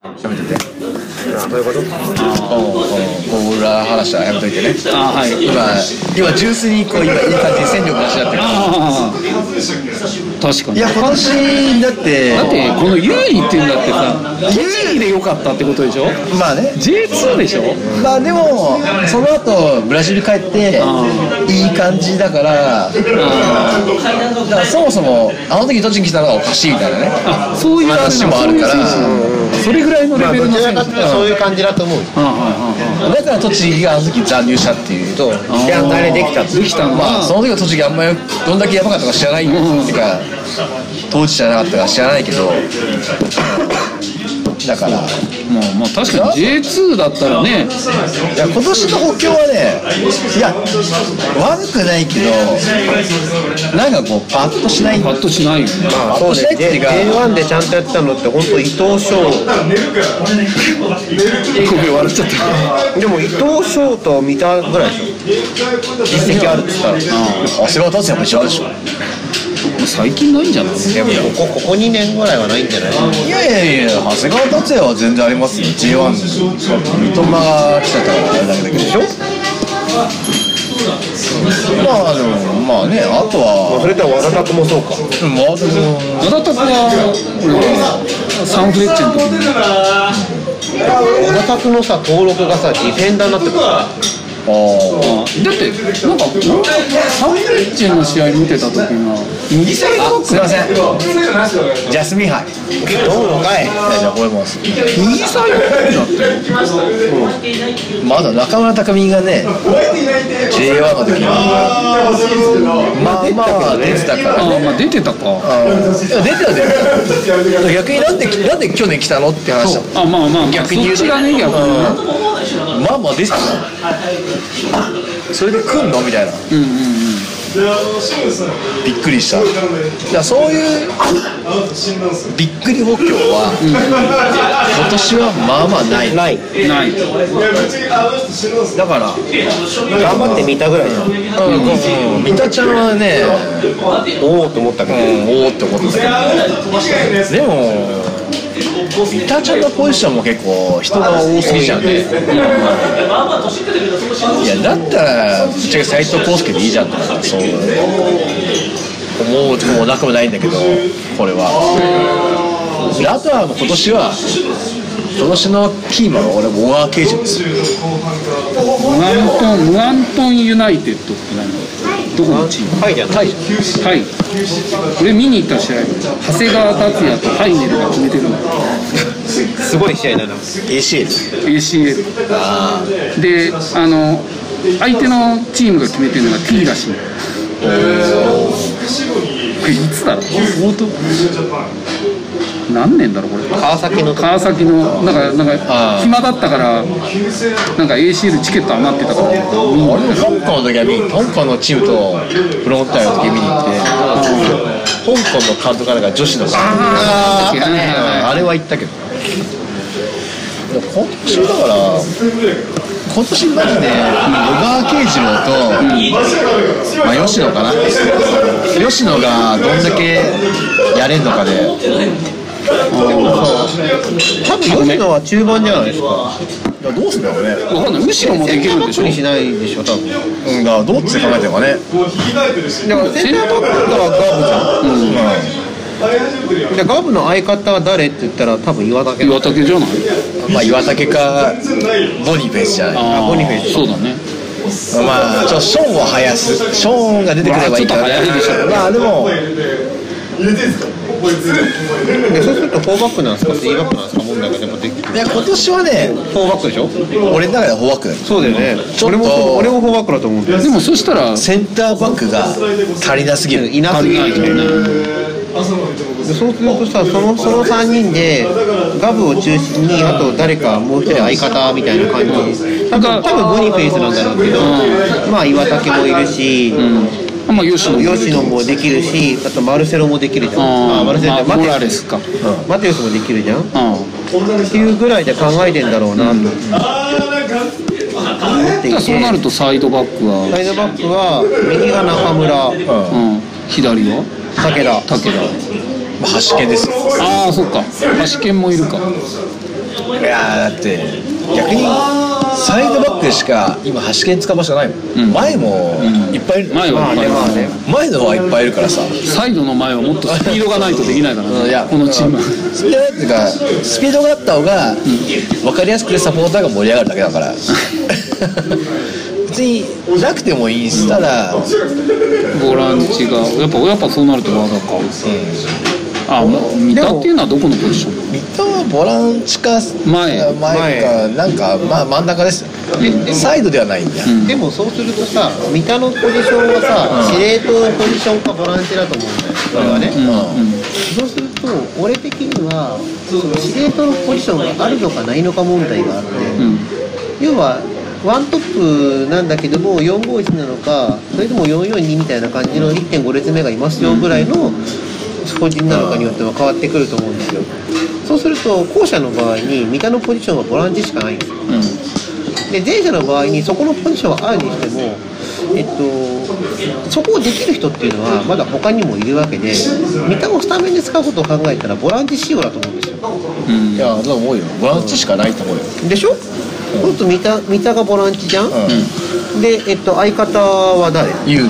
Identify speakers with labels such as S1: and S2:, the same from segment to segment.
S1: 喋ってて
S2: あそういうこと
S1: こう裏話はやめといてね
S3: あはい
S1: 今今ジュースにこう今いい感じで戦力がし合ってる
S3: ああ確かに
S1: いや今年だって
S3: だってこの優位っていうんだってさ栃木で良かったってことでしょ
S1: まあね
S3: J2 でしょ
S1: まあでもその後ブラジル帰っていい感じだからだからそもそもあの時どっちに来たのがおかしいみたいなね
S3: あそういうあれな
S1: 話もあ
S3: そう
S1: る
S3: いう
S1: から
S3: 選手なんだそれぐらいのレ
S2: まあ
S3: ベル
S2: ど
S3: の
S2: ちら
S3: 選手
S2: かというとそういう感じだと思うよ
S3: ああはいはいはい
S1: だから栃木があの時残留したっていうと
S2: いや慣れできた
S3: できたの
S1: まあそ
S3: は
S1: の時は栃木あんまりどんだけやばかったか知らない
S3: ん
S1: っていうか当時じゃなかったか知らないけどだからい
S3: まあまあ確かに J2 だったらね
S1: や今年の補強はねいや悪くないけどなんかこうパッとしない
S3: パッとしないよね
S2: まあそうね J- J1 でちゃんとやってたのって本当伊藤翔
S3: ごめん笑っちゃった
S2: でも伊藤翔と見たぐらいでし
S1: 実績あるって言ったらあそれは達也も一緒でしょ
S3: 最近ないんじゃない
S2: ょでもここここ2年ぐらいはないんじゃない
S1: いやいやいや長谷川達也は全然ありますよ J1 の三笘が来てたからあれだけだけどでしょまあでもまあねあとは
S2: それとは和田拓もそうか
S1: うんまあでも
S3: 和田拓は俺はサンフレッチェの時に
S2: 小田拓のさ登録がさディフェンダーになってくるから
S1: あ
S3: あだってなんかサンフレッチェの試合見てた時は
S1: あ右サイドすいませんジャスミン杯
S2: どうもかい
S1: じゃあこれもす
S3: 右サイドだったよ
S1: まだ中村匠海がね J1 の時はまあまあ出てたから
S3: ああまあ出てたか
S1: あーいや出てた出てた逆になんでなんで去年来たのって話だ
S3: あまあまあ、まあ、
S1: 逆に言うと
S3: そっちがね逆にね
S1: まあまあ出てたそれで来んのみたいな
S3: うんうんうん
S1: びっくりしたいやそういうびっくり補強は、今年はまあまあない
S2: ない
S3: ない
S1: だから
S2: 頑張って見たぐらいじゃん
S1: うん三田ちゃんはね、
S2: おおと思ったけ
S1: う
S2: ど
S1: ん、おおって思ったけどでも三田ちゃんのポジションも結構人が多すぎちゃうんで、いやだったらぶっちゃけ斎藤康介でいいじゃんとかそう思うともなくもないんだけどこれはであとはもう今年は今年のキーマンは俺モアー・ケージですよ
S3: ムアントンムアントンユナイテッドって何どこのチーム
S2: はいじゃん
S3: はいはい俺見に行った試合長谷川達也とハイネルが決めてるの
S2: すごい試合だな
S1: AC です
S3: ACL であの相手のチームが決めてるのが T らしいこれいつだろう相当何年だろうこれ
S2: 川崎の
S3: 川崎のなんかなん
S1: あ
S3: か
S1: ー
S3: 暇だったからなんか ACL チケット余ってたから
S1: 俺も香港の時は見に香港のチームとフロンターレの時見に行って香港の監督がなんか女子の監督
S3: あーあったね
S1: あれは行ったけどでも今年だから今年マジで小川慶次郎と、まあ、吉野かな吉野がどんだけやれんのかで
S2: 多分吉野は中盤じゃないですか
S1: どうすんだろうね
S3: わかんない後ろもできるんでしょ
S2: にしないでしょ多分
S1: うんだからどっちで考えてるかね
S2: だからセンターバックはガブじゃんでガブの相方は誰って言ったら多分岩竹
S3: 岩竹じゃない
S1: まあ岩竹かボニーベースじゃない
S3: あ
S2: ボニフェイス
S3: そうだね
S1: まあ、ちょショーンを生やす、ショーンが出てくればいいかな
S3: まあちょっと早いでしょ
S1: まあでも、
S2: でそうするとフォーバックなんですか3バックなんですか問題がでもできる
S1: いや今年はね、
S2: フォーバックでしょ
S1: 俺の中ではフォワークだよ。
S2: そうだよね
S1: ちょっと
S2: 俺もそう俺もフォーバックだと思うんだよ
S3: でもそしたら
S1: センターバックが足りなすぎる。
S2: いなすぎる
S3: 足りない
S2: でそうするとさそのその3人でガブを中心にあと誰かもう一人相方みたいな感じ多分多分ボニフェイスなんだろうけどまあ岩竹もいるし、
S3: あまあ吉野
S2: 吉野もできるし、あとマルセロもできるじゃん。
S3: あー
S2: マルセロじゃん
S3: まあ
S2: マテ
S3: モラ
S2: ウス
S3: レスか
S2: マテウスもできるじゃん。っ
S3: う
S2: ていうぐらいで考えてんだろうな。思ってい
S3: んそうな
S2: て。
S3: るとサイドバックは
S2: サイドバックは右が中村、
S3: うん左は
S2: 武田。
S3: 武田
S1: まあ、橋系ですよ。
S3: ああそっか橋剣もいるか
S1: いやーだって逆にサイドバックしか今8軒使う場所ないもん、
S3: うん
S1: 前もいっぱいいるの、
S3: 前はいっぱいいる
S1: まあね前のはいっぱいいるからさ
S3: サイドの前はもっとスピードがないとできないから
S1: うんいや
S3: ねこのチームは
S1: スピードっていうかスピードがあった方が分かりやすくてサポーターが盛り上がるだけだ から別になくてもいいしたら、うん、
S3: ボランチがやっぱやっぱそうなるとワードかあ三田っていうのはどこのポジション
S1: 三笘はボランチか
S3: 前
S1: 前かなんか、まあ、真ん中です
S3: え
S1: サイドではないんだよ、
S2: でもそうするとさ三田のポジションはさ司令塔のポジションかボランチだと思うんだよそれはね、
S1: うん
S2: そうすると俺的にはその司令塔のポジションがあるのかないのか問題があって、
S3: うん
S2: 要はワントップなんだけども451なのかそれとも442みたいな感じの1.5列目がいますよぐらいの個人なのかによっては変わってくると思うんですよそうすると後者の場合に三田のポジションはボランチしかないんですよ
S3: うん
S2: で前者の場合にそこのポジションはあるにしても、えっと、そこをできる人っていうのはまだ他にもいるわけで三田をスタメンで使うことを考えたらボランチ仕様だと思うんですよ
S3: うん
S1: いやだと思うよボランチしかないと思うよ、
S2: でしょそうすると三田三田がボランチじゃん、
S1: うん
S2: で、えっと、相方は誰
S1: 言う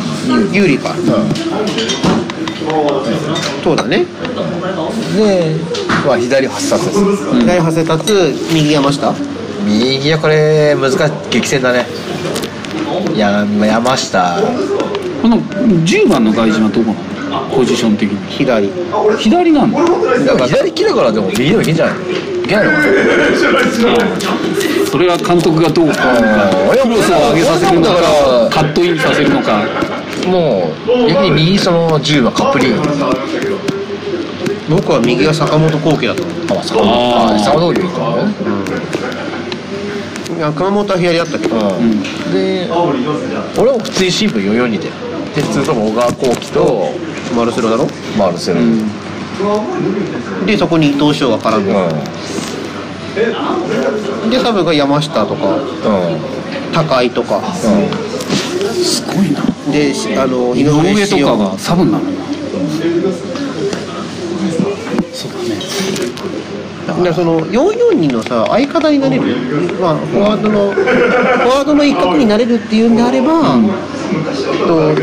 S1: 言う
S2: 有利かそうだね
S1: で、まあ、左発達です
S2: 左長谷立つ右山下
S1: 右はこれ難しい激戦だねいや山下
S3: この10番の外人はどこなのポジション的に
S2: 左
S3: 左なんだ
S1: だから左利きだからでも右でもいけんじゃないいけないのかな
S3: それは監督がどうか
S1: 俺は
S3: クロスを上げさせるの
S1: 俺
S3: か
S1: はだか
S3: カットインさせるのから
S1: もう逆に右その10番カップリング
S2: 僕は右が坂本幸輝だと
S1: あ坂本
S3: あー
S1: あ坂本龍いいと思うね
S2: いや熊本は左だったけど
S1: うんで俺も普通にシンプル4 4 2でで普通とも小川幸輝と
S2: マルセロだろ
S1: マルセロ、うん
S2: でそこに伊藤翔が絡んで、でサブが山下とか
S1: う
S2: 高井とか
S1: んうん
S3: すごいな
S2: でしあの井
S3: 井
S2: 上
S3: 上と
S2: 潮
S3: かがサブになるなそうだね
S2: でその442のさ相方になれる、まあ、フォワードのフォワードの一角になれるっていうんであれば、えっ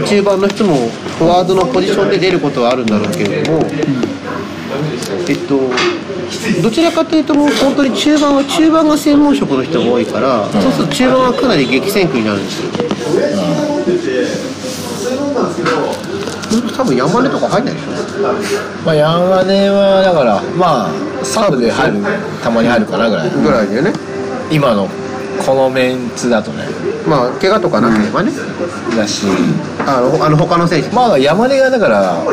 S2: と中盤の人もフォワードのポジションで出ることはあるんだろうけれども、えっとどちらかというともう本当に中盤は中盤が専門職の人が多いから、そうすると中盤はかなり激戦区になるんですよ。多分山根とか入んないでしょ
S1: まあ、ヤンガネはだからまあサブで入るたまに入るかなぐらい、
S2: ぐらいだよね
S1: 今のこのメンツだとね
S2: まあ怪我とかなければね、
S1: だし
S2: あのあの他の選手
S1: まあ山根がだから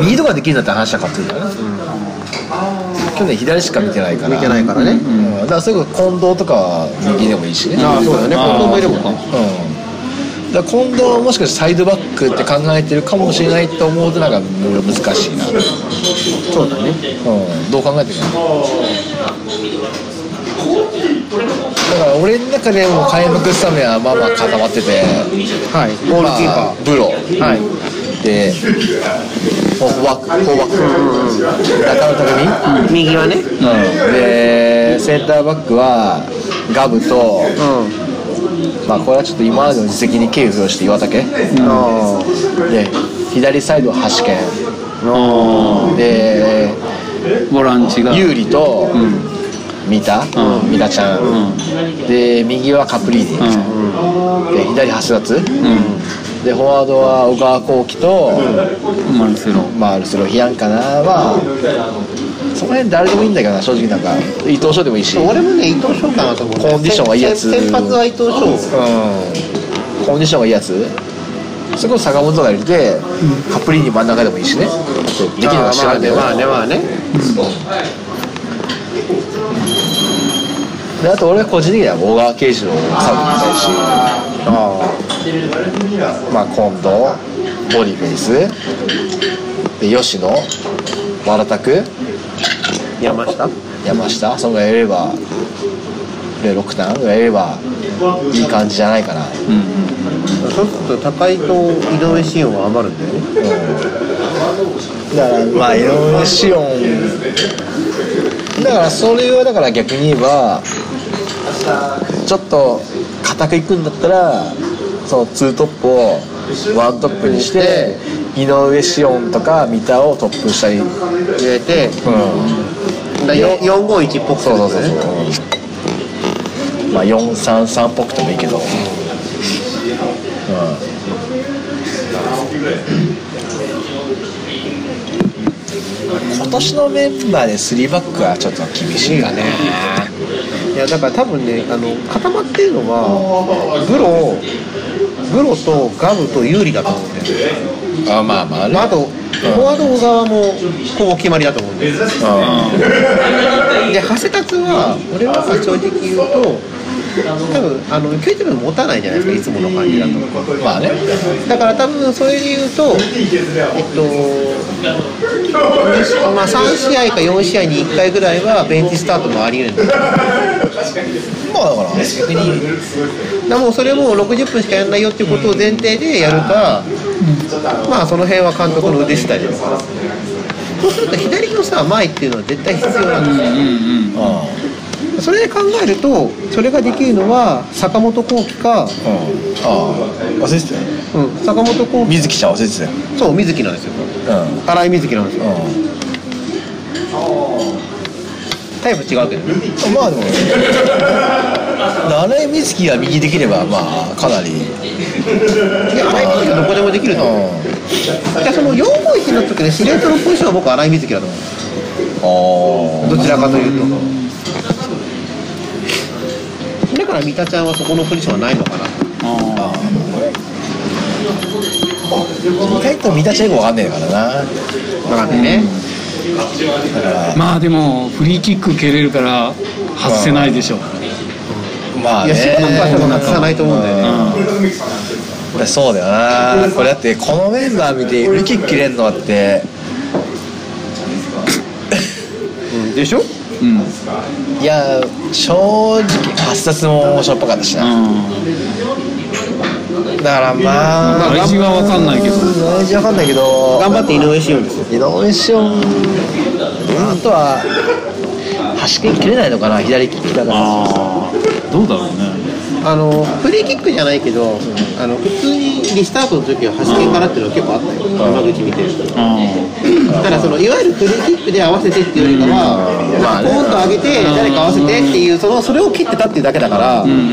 S1: 右とかできるんだったら話は変わってくるからね、去年左しか見てないから
S2: 見てないからね
S1: うんだからそれこそ近藤とかは右でもいいしね
S2: ああそうだよね近藤もいるもんか
S1: うんだから近藤はもしかしてサイドバックって考えてるかもしれないと思うとなんか難しいな、う
S2: そうだね
S1: ん、どう考えてるかなだから俺の中でも開幕スタメンはまあまあ固まってて
S2: はいゴールキー
S1: ま
S2: パ
S1: あブロ
S2: ーはい
S1: でフォーバックフォーバック中野匠、
S2: 右はね
S1: うん、でセンターバックはガブと、
S2: う
S1: まあ、これはちょっと今までの実績に敬意を表して岩竹
S2: んあ
S1: で左サイドは橋健で
S3: ボランチが
S1: 有利と
S3: ん
S1: 三田
S3: うん
S1: 三田ちゃんで右はカプリーニ
S3: うん
S1: で左橋立
S3: う
S1: でフォワードは小川幸輝と
S3: んマルセロ
S1: まあ、ルスロヒアンかなは、その辺誰でもいいんだけどな、正直なんか、伊藤翔でもいいし、う
S2: あ
S1: ん、コン
S2: 俺もね伊藤翔かなと思うね
S1: コンディションはいいやつ
S2: 先先発は伊藤翔
S1: ディションがいいやつ、それこそ坂本とか入れて、カプリーニ真ん中でもいいしね、できるのは知らんけど、
S2: まあねまあねまあね
S1: であと俺は個人的には小川慶次郎をサブにしたいし、まあ、近藤、ボリフェイス、で吉野、わらたく、
S2: 山下
S1: 山下、そのぐらいいれば、で6ターンぐらいいれば、いい感じじゃないかな。
S2: そうすると高井と井上信用は余るんだよね
S1: だからまあ井上紫音だからそれはだから逆に言えばちょっと固くいくんだったらそのツートップをワントップにして井上志音とか三田をトップしたり、うん、
S2: 入れてだからよ451っぽくす
S1: そう
S2: るん
S1: そう
S2: です
S1: そう
S2: ね
S1: そうまあ433っぽくてもいいけど、うん、今年のメンバーで3バックはちょっと厳しいかね
S2: いやだから多分ねあの固まってるのはブロブロとガブと有利だと思うんですよ、
S1: あまあまあ
S2: まあ、あとフォワード側もほぼ決まりだと思うんですで長谷田君は俺は正直言うと多分あの9点持たないじゃないですかいつもの感じだと
S1: まあね
S2: だから多分それで言うとえっとまあ3試合か4試合に1回ぐらいはベンチスタートもあり得るんだ
S1: まあだから逆に
S2: だからもうそれも60分しかやらないよっていうことを前提でやるか、まあその辺は監督の腕次第ですそうすると左のさ前っていうのは絶対必要なんですよ、
S3: うん
S2: それで考えるとそれができるのは坂本幸輝か、
S1: うんああ忘れてたよ
S2: うん、坂本幸輝
S1: 水木ちゃん忘れてたよ
S2: そう水木なんですよ
S1: うん
S2: 新井水木なんですよ
S1: う
S2: タイプ違うけどね
S1: んまあでも奈良美月が右できればまあかなり
S2: いや新井水木はどこでもできると
S1: う
S2: 思うんじゃあその451の時に司令塔のポジションは僕は新井水木だと
S1: あ
S2: 思うどちらかというとだから三田ちゃんはそこのポジションはないのかな
S3: うんあ
S1: あ意外と見たちゃいが分かんねえからな
S2: 分かんないね、
S3: あまあでもフリーキック蹴れるから外せないでしょう
S1: まあ
S2: い
S1: ね
S2: や審判から多分なくさないと思うんだよね
S3: ん
S1: うんそうだよなこれだってこのメンバー見てウキ切れんのって
S2: うんでしょ
S3: うんうん
S1: いや正直発殺もしょっぱかったしなだからまあ
S3: 大事は分かんないけど
S1: 大事分かんないけど
S2: 頑張って井上しようです
S1: 井上翔あとは端切り切れないのかな左利きだから
S3: ああどうだろうね
S2: あのフリーキックじゃないけどあの普通にリスタートの時は端剣からっていうのは結構あったよ山口見てると
S3: あ
S2: ただそのいわゆるフリーキックで合わせてっていうよりかは
S1: まあ
S2: なん
S1: ね
S2: かポンと上げて誰か合わせてっていうそのそれを切ってたっていうだけだから
S3: あうんうんう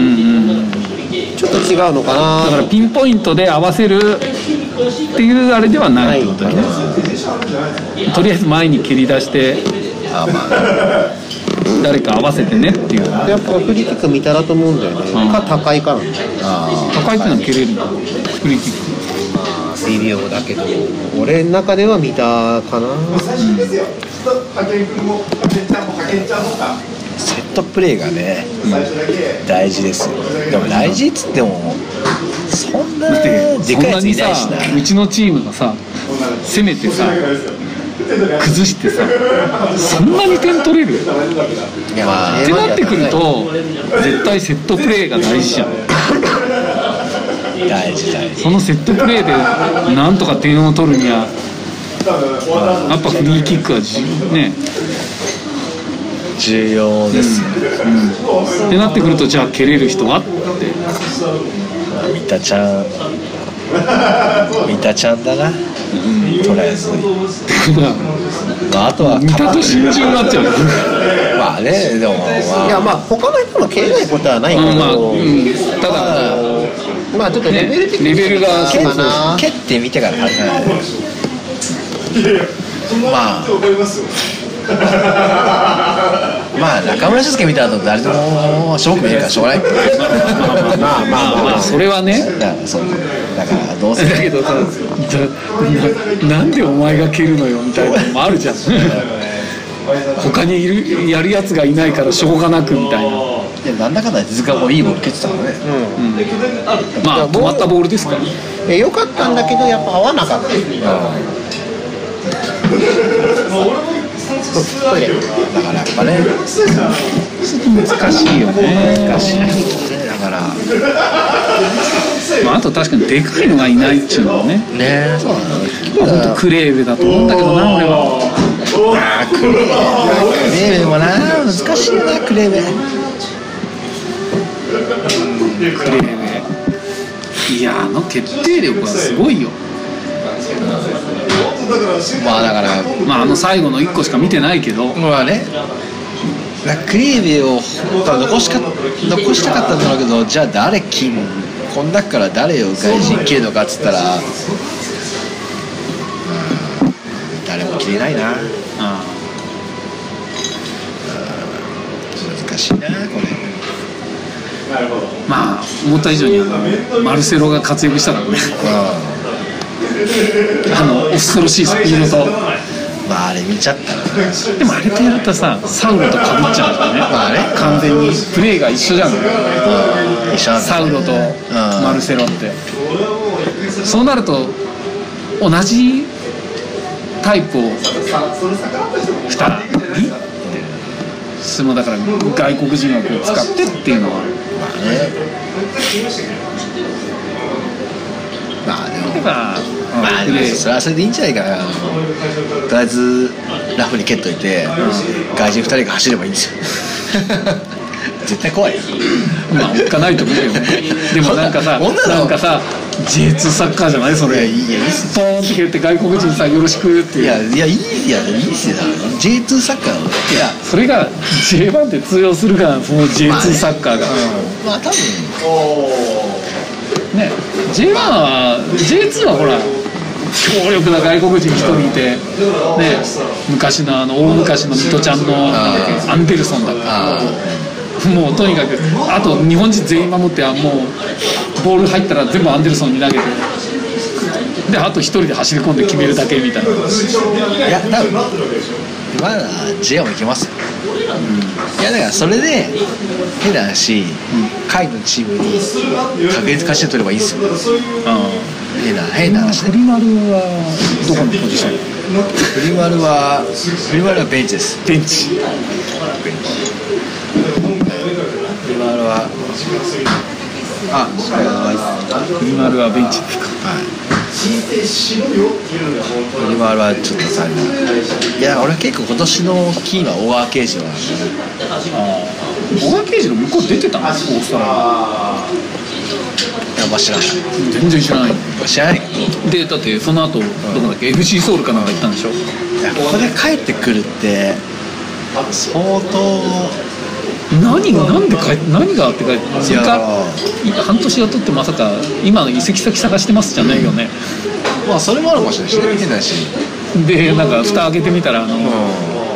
S3: ん
S2: ちょっと違うのか
S3: だか
S2: な
S3: らピンポイントで合わせるっていうあれではないってことだよねとりあえず前に蹴り出して
S1: あまあ
S3: 誰か合わせてねっていう
S2: やっぱフリーキック見たらと思うんだよね
S3: うん
S2: か高いかな
S1: あ
S3: 高いっていうのは蹴れるのフリーキッ
S2: 微妙だけど俺の中では見たかな
S1: ーセットプレーがね、大事ですよでも大事っつってもそんな
S3: ク
S1: で
S3: そ
S1: か
S3: ん
S1: いや
S3: な
S1: つ
S3: に
S1: い
S3: さ
S1: ないしな
S3: うちのチームがさ攻めてさ崩してさそんなに点取れるっ
S1: まあ
S3: てなってくると絶対セットプレーが大事じゃん
S1: 大事大事
S3: そのセットプレーでなんとか点を取るにはやっぱフリーキックはじね
S1: 重要ですよ
S3: ってなってくるとじゃあ蹴れる人はって
S1: 三田ちゃん三田ちゃんだなとりあえず
S3: ことだ
S1: まああとは
S3: 見たと心中になっちゃうよ
S1: まあねでもまあ
S2: いやまあ他の人も蹴れないことはないけ
S3: う
S2: ど、
S3: んまあ、うん、ただ
S2: まあちょっとレベル的に
S3: ねレベルが
S2: そうかな
S1: 蹴ってみてから考えないまあまあ中村俊輔見た後誰でもしょぼく見えるからしょうがないまあまあ
S3: まあそれはね
S1: だからそうだからどうせ
S3: だけどさななんでお前が蹴るのよみたいなのもあるじゃん他にいるやるやつがいないからしょうがなくみたいな
S1: なんだかんだ手塚もいいボール蹴ってたからね
S3: まあ止まったボールですから
S2: え良かったんだけどやっぱ合わな かったトイレ
S1: だからやっぱね難しいよね難しいねだから
S3: まあ、あと確かにでかいのがいないっちゅうのもね
S1: ねそうなの
S3: 本当クレーブだと思うんだけどな俺は
S1: あークレベでもな難しいよなクレベ
S3: クレーメいやあの決定力はすごいよ
S1: まあだから
S3: まああの最後の1個しか見てないけど
S1: まあねだからクレベを本当は残しか残したかったんだろうけどじゃあ誰金こん中から誰を外人切るのかっつったらうん誰も切れないな
S3: あ
S1: 難しいなこれ
S3: ーまあ思った以上にあのマルセロが活躍したからね あの恐ろしいスピードと
S1: まああれ見ちゃったら
S3: でもあれとやるとさサウロとかぶっちゃうからね,、
S1: まあね
S3: 完全にプレーが一緒じゃん
S1: うん一緒なんだ
S3: サウロとマルセロってそうなると同じタイプを2人ってそれもだから外国人をこう使ってっていうのは
S1: まあねまあでも
S3: だから
S1: まあで
S3: プ
S1: も
S3: レー
S1: それはそれでいいんじゃないかなとりあえずラフに蹴っといて外人2人が走ればいいんですよ 絶対怖いよ
S3: まあおっかないと思うよでもなんかさ
S1: 女だろ
S3: なんかさ J2 サッカーじゃないそ
S1: いや
S3: れ
S1: いいやいいっす
S3: ポーンって蹴って外国人さんよろしくって
S1: い
S3: いう
S1: やいやいいいやいいっすよ J2 サッカーのいや
S3: それが J1 で通用するからその J2 サッカーが、
S1: まあ多分
S3: ね J1 は J2 はほら強力な外国人一人いて、ね、昔のあの大昔の水戸ちゃんのアンデルソンだったもうとにかくあと日本人全員守ってあもうボール入ったら全部アンデルソンに投げてであと一人で走り込んで決めるだけみたいない
S1: や多分まだ J もいけますよ、いやだからそれで変な話下位のチームに確率勝ち取ればいいっすよ変な変な話ね
S3: プリマルはどこのポジション
S1: プリマルはプリマルはベンチです
S3: ベンチ
S1: プリマルはあ
S3: プリマルはベンチですか
S1: プリマルはちょっとさいや俺は結構今年のキーは大川慶次郎なんだよね
S3: 小川刑事の向こう出てたのオーストラリ
S1: いやまあ知らない
S3: ア全然知らない
S1: 知らないけど
S3: でだってその後どこだっけ FC ソウルかなんか行ったんでしょ
S1: いやここで帰ってくるって相当
S3: 何がなんでか何があってかそれかい半年雇ってまさか今の移籍先探してますじゃないよね
S1: まあそれもあるかもしれないしね見てないし
S3: でなんか蓋開けてみたらあの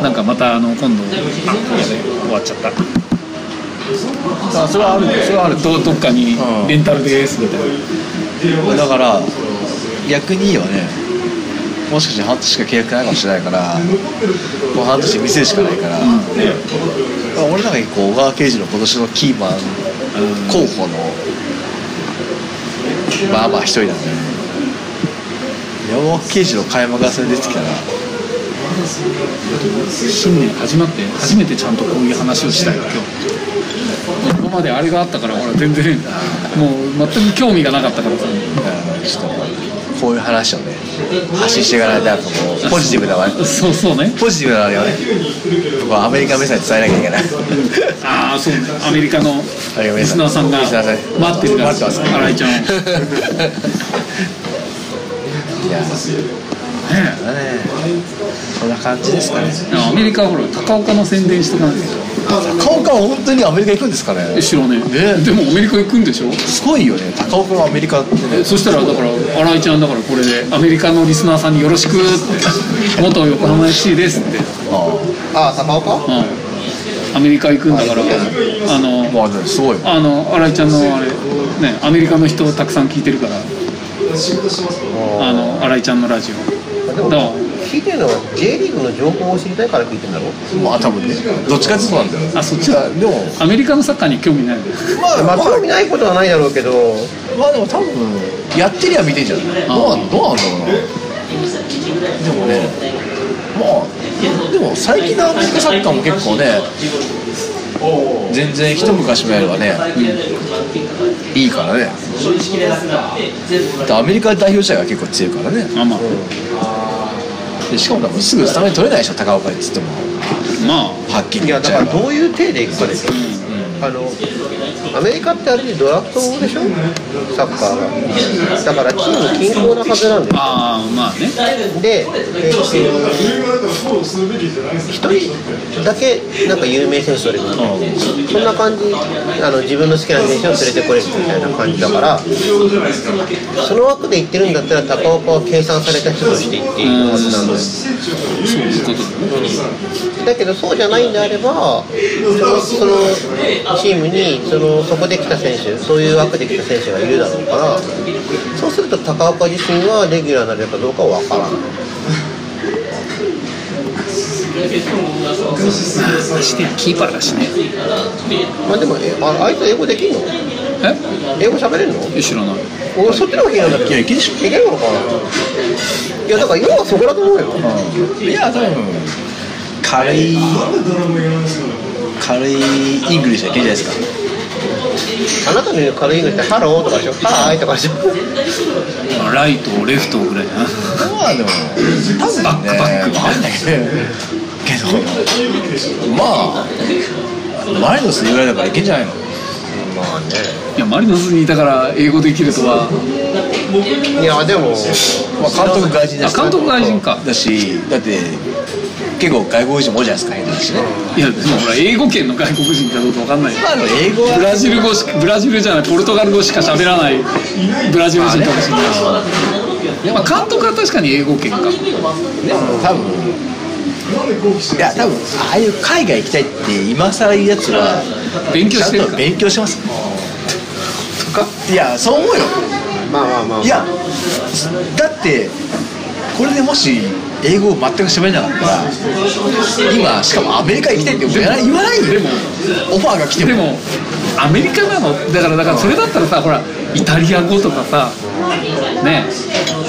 S3: なんかまたあの今度あやべ終わっちゃった
S1: あそれはあるそれはある
S3: どどっかに
S1: うん
S3: レンタルですみたいな
S1: だから逆にいいよねもしかして半年しか契約ないかもしれないからもう半年見せるしかないから、俺なんか結構小川慶次の今年のキーマン候補のまあまあ一人なんだよね小川慶次の開幕がそれ出てきたら
S3: 新年始まって初めてちゃんとこういう話をしたい今日今まであれがあったからほら全然もう全く興味がなかったからさ
S1: あのちょっとこういう話をね発信していかないとなんかもうポジティブなわ
S3: そうそうね
S1: ポジティブなあれをね僕はアメリカ目線に伝えなきゃいけない
S3: ああそうねアメリカの
S1: はいごめんなさい
S3: リスナーさんが
S1: リスナーさん
S3: 待ってるから
S1: 待ってます
S3: 新井ちゃんをね
S1: いやだねこんな感じですかね
S3: アメリカはほら高岡の宣伝しとかないと
S1: 高岡は本当にアメリカ行くんですかね
S3: 後ろねでもアメリカ行くんでしょ
S1: すごいよね高岡はアメリカってね
S3: そしたらだから新井ちゃんだからこれでアメリカのリスナーさんによろしくって元横浜 FC ですって、う
S2: ああ、高岡
S3: ん、アメリカ行くんだからあの
S1: まあねすごい
S3: あの新井ちゃんのあれねアメリカの人をたくさん聞いてるからあの新井ちゃんのラジ
S2: で
S3: オだ
S2: も
S3: から
S2: 聞いてるのは J リーグの情報を知りたいから聞いてんだろ
S1: まあ多分ねどっちかっていうとそうなんだよね
S3: あそっちだ
S1: でも
S3: アメリカのサッカーに興味ない
S1: まあ
S2: ま
S1: ま
S2: あ、
S1: あ
S2: 興味ないことはないだろうけど
S1: まあでも多分やってりゃ見てんじゃないどうなんどうなんだろうなでもねまあでも最近のアメリカサッカーも結構ね全然一昔もやればね、いいからねだってアメリカ代表者が結構強いからね
S3: あまあ
S1: でしかもすぐスタメン取れないでしょ高岡っつっても
S3: まあ
S1: はっきり
S2: い
S1: 言
S2: や
S1: っち
S2: だ
S1: ゃ
S2: か
S1: え
S2: ら
S1: ば
S2: どういう体でいくかですよ、あのアメリカってあれでドラフトでしょサッカーがだからチーム均衡なはずなんだよ
S3: ああまあね
S2: で、えー一人だけなんか有名選手取れるそんな感じあの自分の好きな選手を連れてこれるみたいな感じだからその枠で行ってるんだったら高岡は計算された人として行っているはずなんだよ
S3: そういうことだね
S2: だけどそうじゃないんであればそのそのチームにそのそこで来た選手そういう枠で来た選手がいるだろうからそうすると高岡自身はレギュラーになれるかどうかは分からない
S3: まあしてキーパーだしね
S2: まあでもえああいつ英語できんの英語喋れるの
S3: え知らない
S2: 俺そっちの方がいいんだけどいやいけるのかないやだから今はそこだと思うよ
S1: いや多分軽い軽いイングリッシュだけじゃないですか
S2: あなたの言う軽いのってハローとかでしょハーイとかでしょ
S3: まあライトレフトぐらいだな
S1: まあでも多分ね
S3: バックバック
S1: わかんないけどけどまあマリノスぐらいだからいけんじゃないの
S2: まあね
S3: いやマリノスにいたから英語できるとはい
S2: やでも
S1: まあ、監督外人だし
S3: あ監督外人か
S1: だしだって結構外国人も多いじゃないですか
S3: いやでもほら英語圏の外国人かどうかわかんないよ
S1: まあでも英語は
S3: ブラジル語しかブラジルじゃないポルトガル語しか喋らないブラジル人かもしれないし、まあ、監督は確かに英語圏か
S1: でも多分いや多分ああいう海外行きたいって今更言うやつは
S3: 勉強して
S1: ちゃ
S3: る
S1: んと
S3: か
S1: 勉強してます
S2: か
S1: いやそう思うよ
S2: まあまあまあ
S1: いやだってこれでもし英語を全く喋れなかったら今しかもアメリカ行きたいって言わない言わないよ
S3: でも
S1: オファーが来ても
S3: でもアメリカなのだからだからそれだったらさほらイタリア語とかさね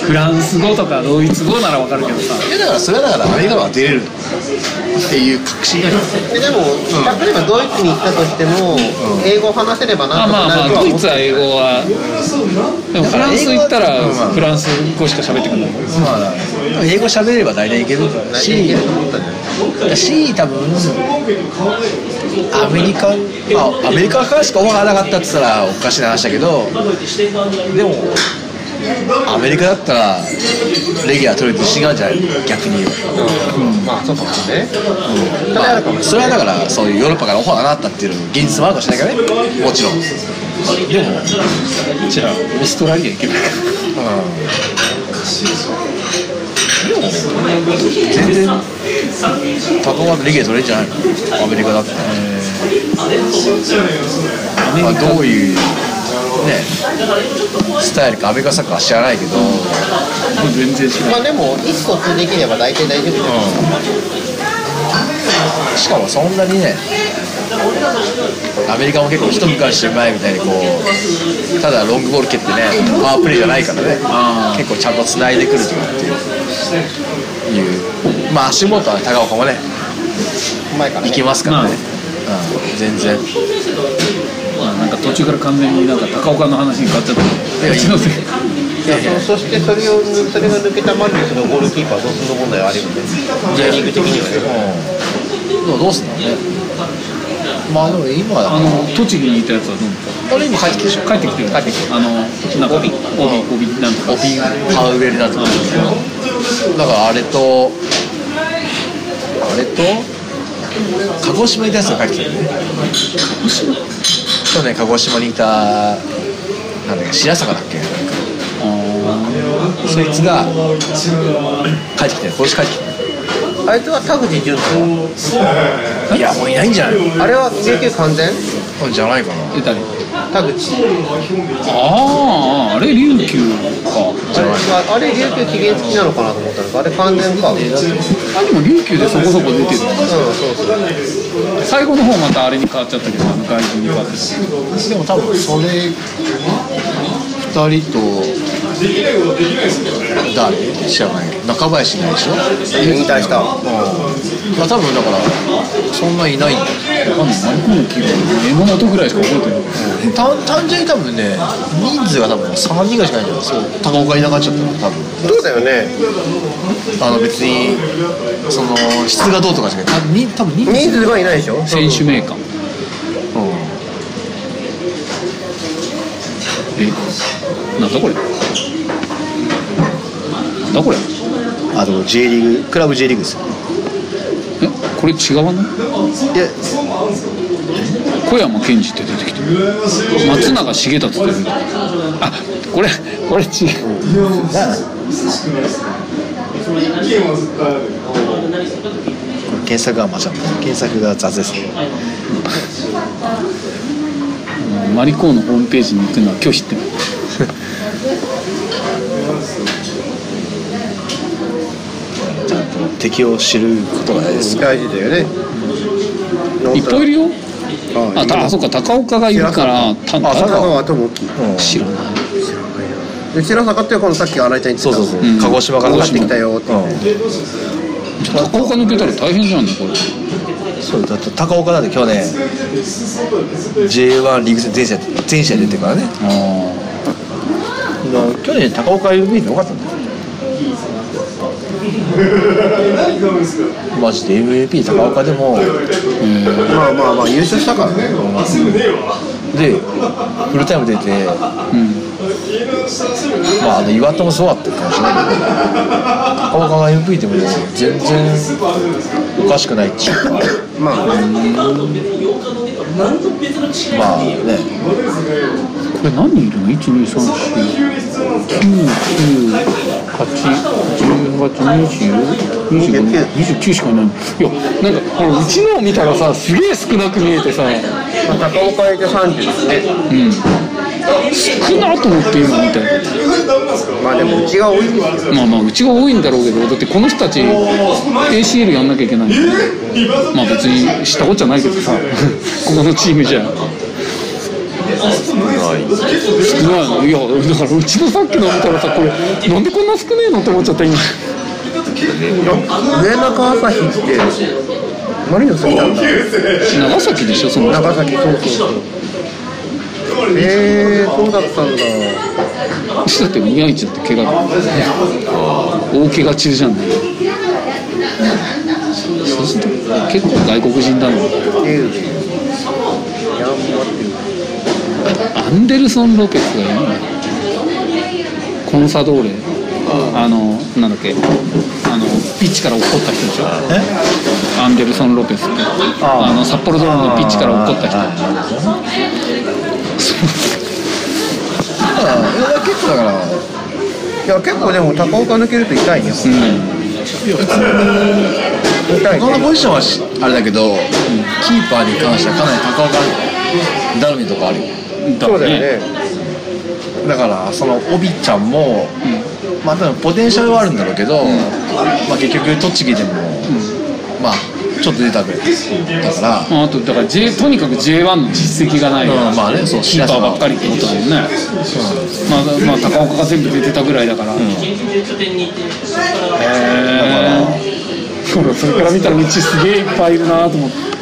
S3: フランス語とかドイツ語ならわかるけどさ
S1: いやだからそれはだからアメリカは出れるっていう確信がある
S2: ででも、例えばドイツに行ったとしても、英語を話せればな
S3: あ
S2: んと
S3: まあ
S2: か
S3: ま
S2: な
S3: あ
S2: るとは
S3: ドイ
S2: 思っ
S3: ツ
S2: て
S3: は英語はでもフランス行ったらフランス語しか喋ってくれない
S1: まあだから英語喋れれば大体いけるしだし多分アメリカ、まあ、アメリカからしかオファーがなかったって言ったらおかしな話だけどでもアメリカだったらレギュラー取る自信があるんじゃない逆に言う
S2: まあそうかもね
S1: まあそれはだからそういうヨーロッパからオファーがなかったっていう現実もあるかもしれないけどねもちろんでも
S3: じゃあオーストラリア行けばいい
S1: 全然高岡のレギュラー取れるんじゃないのアメリカだってまあ、どういう、ね、スタイルか、アメリカサッカーは知らないけど、
S3: もう全然知らない
S2: まあでも、意思疎通できれば大体大丈夫じゃないです
S1: し
S2: か
S1: かもそんなにね、アメリカも結構、一昔前みたいにこう、ただロングボール蹴ってね、パワープレーじゃないからね、結構ちゃんと繋いでくるとかっていう、いうまあ、足元は高岡もね、
S2: うまいから
S1: 行き
S2: ね
S1: ますからね、う
S3: ま
S1: ん、全然。
S3: まあなんか途中から完全になんか高岡の話に変わっちゃった
S1: いや
S3: うちのせい
S2: いやそそしてそれをそれが抜けたマリノスのゴールキーパーどうするの問題はあるよね J リーグ的にはね
S1: でもどうすんのね。まあでも今だ
S3: あ
S1: から、
S3: の栃木にいたやつはどう
S1: 俺今帰ってきてるでしょ。
S3: 帰ってきてる
S1: 帰ってきてる。
S3: あのなんか帯帯帯なんとか
S1: オビンパウエルだとか、だからあれとあれと鹿児島にいたやつが帰ってきたよね去年鹿児島にいたなんだっけ白坂だっけそいつが帰ってきたよ今年帰ってき
S2: あいつは田口潤と
S1: たよいやもういないんじゃないの
S2: あれは琉球完全
S1: じゃないかな
S3: 出たり
S2: 田口
S3: あああれ琉球か
S2: あれあれ琉球期限付きなのかなと思ったのかあれ完全かうん
S3: あでも琉球でそこそこ出てる
S2: そうそう
S3: 最後の方またあれに変わっちゃったけどあの外人に変わってた
S1: でも多分それ2人と誰知らない中林いないでしょ
S2: 引退した
S1: まあ多分だからそんないないんだよ
S3: わかんないマイクの規模エモナトぐらいしか覚えてない
S1: 単単純に多分ね人数が多分3人ぐらいしかないんじゃないそう高岡いなくなっちゃったの多分
S2: そうだよね
S1: あの別にその質がどうとかじゃない多分に多分人数
S2: 人数がいないでしょ
S3: 選手名鑑えなんだこれなんだこれ
S1: あでも J リーグクラブ J リーグですよ
S3: えこれ違わない
S1: いや
S3: 小山健二って出てきてる松永重達って出てきてるあこれこれ違う
S1: 検索は間違った検索が雑ですね
S3: マリコーのホームページに行くのは拒否って
S1: 敵を知ることが大事です
S2: 大事だよね
S3: いっぱいいるよ
S2: あ
S3: あたあそうか高岡がいるからた
S2: あ佐
S3: 高
S2: 川智樹
S3: 知らない
S2: で白坂ってこのさっき新井ちゃんに言ってた
S4: そうそうそう、
S3: うん
S4: 鹿児島から
S2: 上がってきたよって
S3: じゃあ高岡抜けたら大変じゃんねこれ
S4: そうだって高岡だって去年 J1 リーグ戦全試合全試合出てるからね、
S3: あ
S4: 去年高岡 MV でよかったんだよマジで MVP 高岡でも
S2: まあまあまあ優勝したからね
S4: でフルタイム出て
S3: あうん
S4: まああの岩田もそうだったかもしれないけど高岡が MVP でも全然おかしくないっち ゅうかま
S2: まあ
S4: あね
S3: これ何人いるの ?123499818292529しかいないいやなんかあのうちのを見たらさすげえ少なく見えてさ
S2: 高岡へて30で
S3: うん少なと思って今見たよ
S2: まあでもうちが多いんですよ
S3: まあまあうちが多いんだろうけどだってこの人たち ACL やんなきゃいけないんだよまあ別にしたことじゃないけどさ ここのチームじゃ少ないのいやだからうちのさっきの見たらさこれなんでこんな少ねえのって思っちゃった今
S2: 上中朝日ってマリノス来たんだ
S3: 長崎でしょその
S2: 長崎そうそうそうえー、そうだったんだ
S3: うちだって宮市だって怪我だ大怪我中じゃんねそうすると結構外国人だもん
S2: ええいや待
S3: アンデルソン・ロペスがいるのよコンサドーレあのなんだっけあのピッチから落っこった人でしょアンデルソン・ロペスってあの札幌ドームのピッチから落っこった人
S2: ってよ結構だからいや結構でも高岡抜けると痛いよ
S3: うん
S2: 痛い
S1: 他
S2: ね
S1: のポジションはしあれだけど、キーパーに関してはかなり高岡だるみとかあるよ
S2: そうだよね
S1: だからそのオビちゃんも、まあ多分ポテンシャルはあるんだろうけど、まあ結局栃木でも、まあちょっと出たぐらいだから、
S3: まああとだから、J、とにかく J1 の実績がない、
S1: うんまあねそう
S3: キーパーばっかりってことだよね、まあ、まあ高岡が全部出てたぐらいだから、へえほらそれから見たらうちすげえいっぱいいるなと思って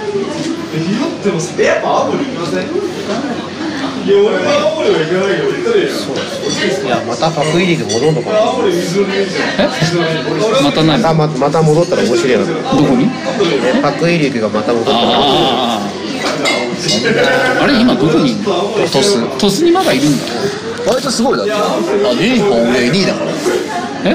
S2: いやまたファクリーグ戻るのかな
S3: えまた何
S2: あままた戻ったら面白いなと思
S3: どこに
S2: ってねファクイリーグがまた戻ったら
S3: あああれ今どこにいるの
S1: トス
S3: 鳥栖にまだいるんだ
S1: 割とすごいだってあのユニフォームで2位だから
S3: え